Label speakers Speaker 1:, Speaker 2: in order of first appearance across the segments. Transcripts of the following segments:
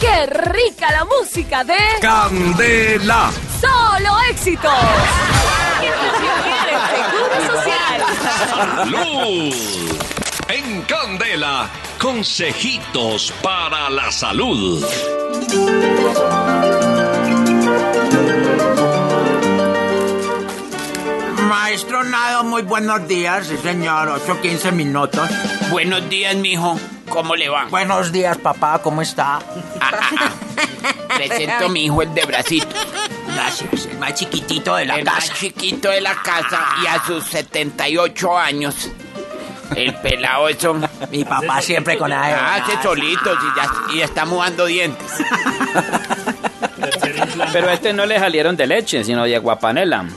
Speaker 1: qué rica la música de
Speaker 2: Candela.
Speaker 1: Solo Éxitos. ¿Qué emoción quieres? Seguro social.
Speaker 2: Luz. En Candela, consejitos para la salud.
Speaker 3: Maestro Nado, muy buenos días, sí señor, 8, 15 minutos.
Speaker 4: Buenos días, mijo. ¿Cómo le va? Ah,
Speaker 3: Buenos días, papá, ¿cómo está?
Speaker 4: Presento a mi hijo, el de bracito.
Speaker 3: Gracias, el más chiquitito de la
Speaker 4: el
Speaker 3: casa.
Speaker 4: más chiquito de la casa y a sus 78 años. El pelado eso. Ah,
Speaker 3: Mi papá siempre con
Speaker 5: Ah,
Speaker 3: la
Speaker 4: Hace solitos y ya y está mudando dientes.
Speaker 5: Pero este no le salieron de leche, sino de aguapanela.
Speaker 4: El, el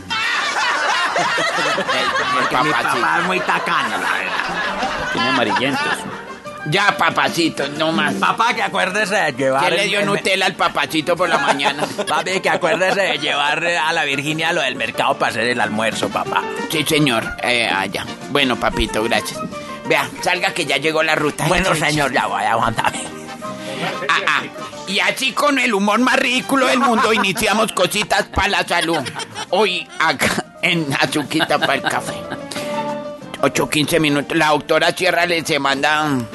Speaker 3: Mi
Speaker 4: papacito.
Speaker 3: papá es muy tacano, la verdad.
Speaker 5: Tiene amarillentos.
Speaker 4: Ya, papacito, no más.
Speaker 3: Papá, que acuérdese de llevar...
Speaker 4: ¿Qué le
Speaker 3: el-
Speaker 4: dio
Speaker 3: el-
Speaker 4: Nutella al papacito por la mañana?
Speaker 3: Papi, que acuérdese de llevar a la Virginia a lo del mercado para hacer el almuerzo, papá.
Speaker 4: Sí, señor. Eh, allá. Bueno, papito, gracias. Vea, salga que ya llegó la ruta.
Speaker 3: Bueno,
Speaker 4: Entonces,
Speaker 3: señor, ya voy, aguántame.
Speaker 4: Ah, ah. Y así con el humor más ridículo del mundo iniciamos cositas para la salud. Hoy acá en Azuquita para el café. 8, 15 minutos. La doctora Sierra le se manda. un-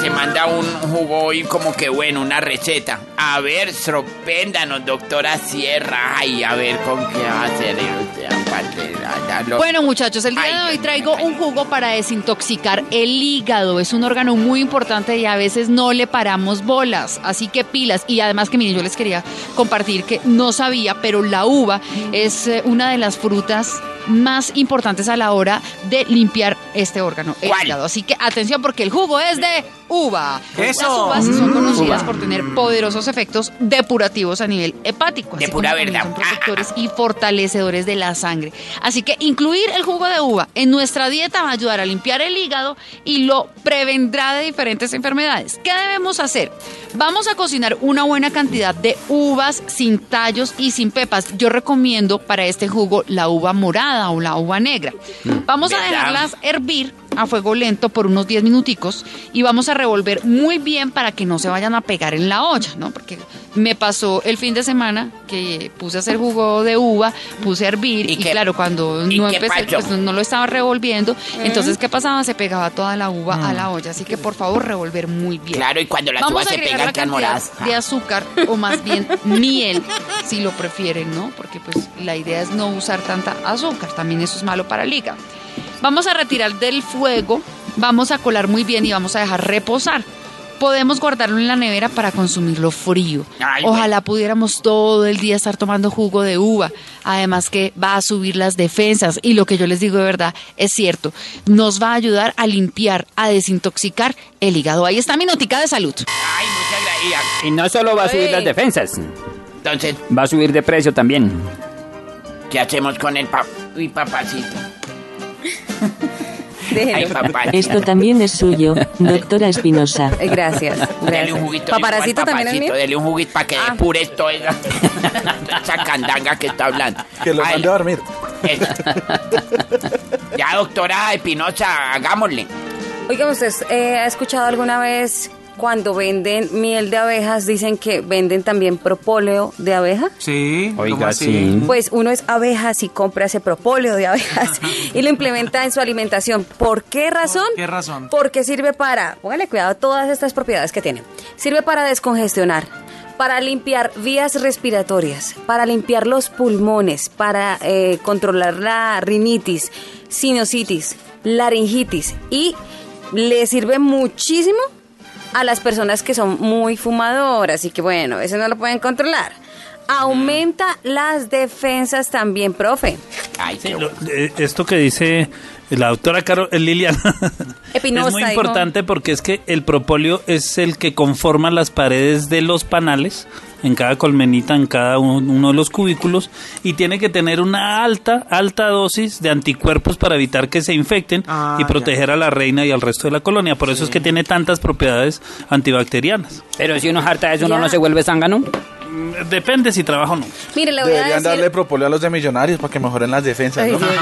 Speaker 4: Se manda un jugo hoy como que bueno, una receta. A ver, sorpréndanos, doctora Sierra. Ay, a ver con qué va a hacer usted aparte de la- ya lo-
Speaker 6: Bueno, muchachos, el día
Speaker 4: Ay,
Speaker 6: de hoy
Speaker 4: Dios
Speaker 6: traigo
Speaker 4: mío.
Speaker 6: un jugo para desintoxicar el hígado. Es un órgano muy importante y a veces no le paramos bolas. Así que pilas. Y además que miren, yo les quería compartir que no sabía, pero la uva es eh, una de las frutas más importantes a la hora de limpiar este órgano, el
Speaker 4: ¿Cuál?
Speaker 6: hígado. Así que atención porque el jugo es de uva.
Speaker 3: Eso.
Speaker 6: Las uvas son conocidas
Speaker 5: Uva.
Speaker 6: por tener poderosos efectos depurativos a nivel hepático.
Speaker 4: De
Speaker 6: así
Speaker 4: pura
Speaker 6: como también
Speaker 4: verdad.
Speaker 6: son protectores y fortalecedores de la sangre. Así que incluir el jugo de uva en nuestra dieta va a ayudar a limpiar el hígado y lo prevendrá de diferentes enfermedades. ¿Qué debemos hacer? Vamos a cocinar una buena cantidad de uvas sin tallos y sin pepas. Yo recomiendo para este jugo la uva morada o la uva negra. Vamos a
Speaker 4: ¿Verdad?
Speaker 6: dejarlas hervir a fuego lento por unos 10 minuticos y vamos a revolver muy bien para que no se vayan a pegar en la olla, ¿no? Porque me pasó el fin de semana que puse a hacer jugo de uva, puse a hervir
Speaker 4: ¿Y
Speaker 6: y,
Speaker 4: qué-
Speaker 6: claro, cuando
Speaker 4: y
Speaker 6: no
Speaker 4: qué ¿Eh?
Speaker 6: empecé,
Speaker 4: pasó?
Speaker 6: pues no, no lo estaba revolviendo, entonces ¿qué pasaba? Se pegaba toda la uva a la olla, así que por favor revolver muy bien.
Speaker 4: Ah. Claro, y cuando las
Speaker 6: Vamos
Speaker 4: uvas
Speaker 6: a
Speaker 4: se
Speaker 6: agregar
Speaker 4: pegan,
Speaker 6: la
Speaker 4: quedan
Speaker 6: cantidad
Speaker 4: moradas. Ah.
Speaker 6: de azúcar o más bien miel, si lo prefieren, ¿no? Porque pues la idea es no usar tanta azúcar, también eso es malo para el hígado. Vamos a retirar del fuego, vamos a colar muy bien y vamos a dejar reposar. Podemos guardarlo en la nevera para consumirlo frío.
Speaker 4: Ay, bueno.
Speaker 6: Ojalá pudiéramos todo el día estar tomando jugo de uva. Además que va a subir las defensas y lo que yo les digo de verdad es cierto. Nos va a ayudar a limpiar, a desintoxicar el hígado. Ahí está mi notica de salud.
Speaker 4: Ay, muchas gracias.
Speaker 5: Y no solo va a subir
Speaker 1: Ey.
Speaker 5: las defensas,
Speaker 4: Entonces,
Speaker 5: va a subir de precio también.
Speaker 4: ¿Qué hacemos con el pap Uy, papacito? Ay,
Speaker 1: Déjenlo.
Speaker 4: papacito.
Speaker 7: Esto también es suyo, doctora Espinosa.
Speaker 1: Eh, Gracias.
Speaker 4: Dele un
Speaker 1: gracias.
Speaker 4: juguito. de
Speaker 1: Paparacito
Speaker 4: igual,
Speaker 1: también es
Speaker 4: papacito,
Speaker 1: mío.
Speaker 4: Dele un juguito para que
Speaker 1: Ah.
Speaker 4: depure esto. Esa, esa candanga que está hablando.
Speaker 8: Que lo
Speaker 4: Ay,
Speaker 8: mandó a dormir.
Speaker 4: esa. Ya, doctora Espinosa, hagámosle.
Speaker 1: Oiga, ¿usted eh, ha escuchado alguna vez cuando venden miel de abejas, dicen que venden también propóleo de abeja?
Speaker 3: Sí, ¿cómo
Speaker 5: Oiga,
Speaker 3: así?
Speaker 5: sí.
Speaker 1: Pues uno es abejas y compra ese propóleo de abejas y lo implementa en su alimentación. ¿Por qué razón?
Speaker 3: qué razón?
Speaker 1: Porque sirve para, póngale cuidado a todas estas propiedades que tiene. Sirve para descongestionar, para limpiar vías respiratorias, para limpiar los pulmones, para eh, controlar la rinitis, sinusitis, laringitis y le sirve muchísimo a las personas que son muy fumadoras y que bueno, eso no lo pueden controlar. Aumenta las defensas también, profe.
Speaker 4: Ay, qué bueno.
Speaker 9: Eh, Esto que dice la doctora Caro, eh, Liliana
Speaker 1: Espinosa,
Speaker 9: es muy
Speaker 1: dijo.
Speaker 9: importante porque es que el propóleo es el que conforma las paredes de los panales en cada colmenita, en cada un- uno de los cubículos y tiene que tener una alta, alta dosis de anticuerpos para evitar que se infecten
Speaker 3: Ah,
Speaker 9: y
Speaker 3: ya.
Speaker 9: proteger a la reina y al resto de la colonia. Por eso es que tiene tantas propiedades antibacterianas.
Speaker 5: Pero si uno harta eso, uno
Speaker 1: Ya.
Speaker 5: no se vuelve zángano.
Speaker 9: Mm, Depende si trabaja o no.
Speaker 1: Mire, le voy a
Speaker 8: Deberían
Speaker 1: decir...
Speaker 8: darle propóleo a los de millonarios para que mejoren las defensas,
Speaker 1: Ay,
Speaker 8: ¿no?
Speaker 1: Dios mío.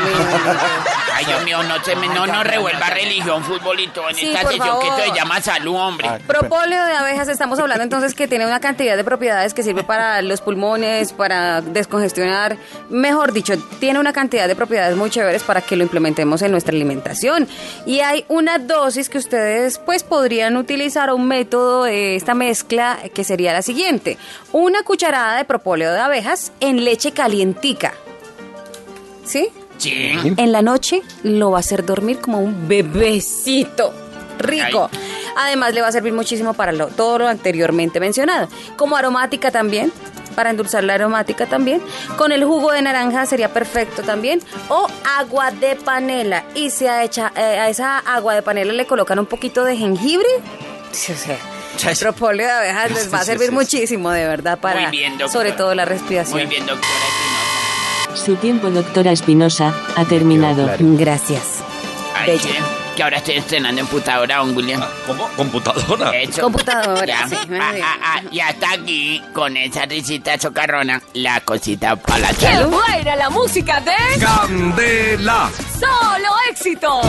Speaker 4: Ay, Dios mío, no se me, no, no revuelva religión, futbolito en
Speaker 1: Sí,
Speaker 4: esta
Speaker 1: por
Speaker 4: sesión que
Speaker 1: favor.
Speaker 4: te llama salud, hombre.
Speaker 1: Propóleo de abejas, estamos hablando entonces que tiene una cantidad de propiedades que sirve para los pulmones, para descongestionar, mejor dicho, tiene una cantidad de propiedades muy chéveres para que lo implementemos en nuestra alimentación. Y hay una dosis que ustedes pues podrían utilizar o un método de esta mezcla que sería la siguiente. Una cucharada de propóleo de abejas en leche calientica. ¿Sí?
Speaker 4: Sí.
Speaker 1: En la noche lo va a hacer dormir como un bebecito. Rico. Además le va a servir muchísimo para lo- todo lo anteriormente mencionado. Como aromática también, para endulzar la aromática también. Con el jugo de naranja sería perfecto también. O agua de panela. Y se ha hecha, eh, a esa agua de panela le colocan un poquito de jengibre. O sea, el propóleo de abejas les va a servir muchísimo, de verdad, para
Speaker 4: Muy bien, doctora.
Speaker 1: sobre todo la respiración.
Speaker 4: Muy bien, doctora Espinosa.
Speaker 7: Su tiempo, doctora Espinosa, ha terminado.
Speaker 1: Gracias.
Speaker 4: Ay,
Speaker 1: Bella.
Speaker 4: bien, que ahora estoy estrenando computadora, don William.
Speaker 2: ¿Cómo? ¿Computadora?
Speaker 4: Eso.
Speaker 1: Ah, Computadora,
Speaker 4: Ya.
Speaker 1: sí, muy
Speaker 4: Ah,
Speaker 1: bien.
Speaker 4: ah, ah, y hasta aquí, con esa risita chocarrona, la cosita para la
Speaker 8: ¡Que
Speaker 4: salud.
Speaker 8: fuera la música de
Speaker 2: ¡Candela!
Speaker 8: Solo Éxitos!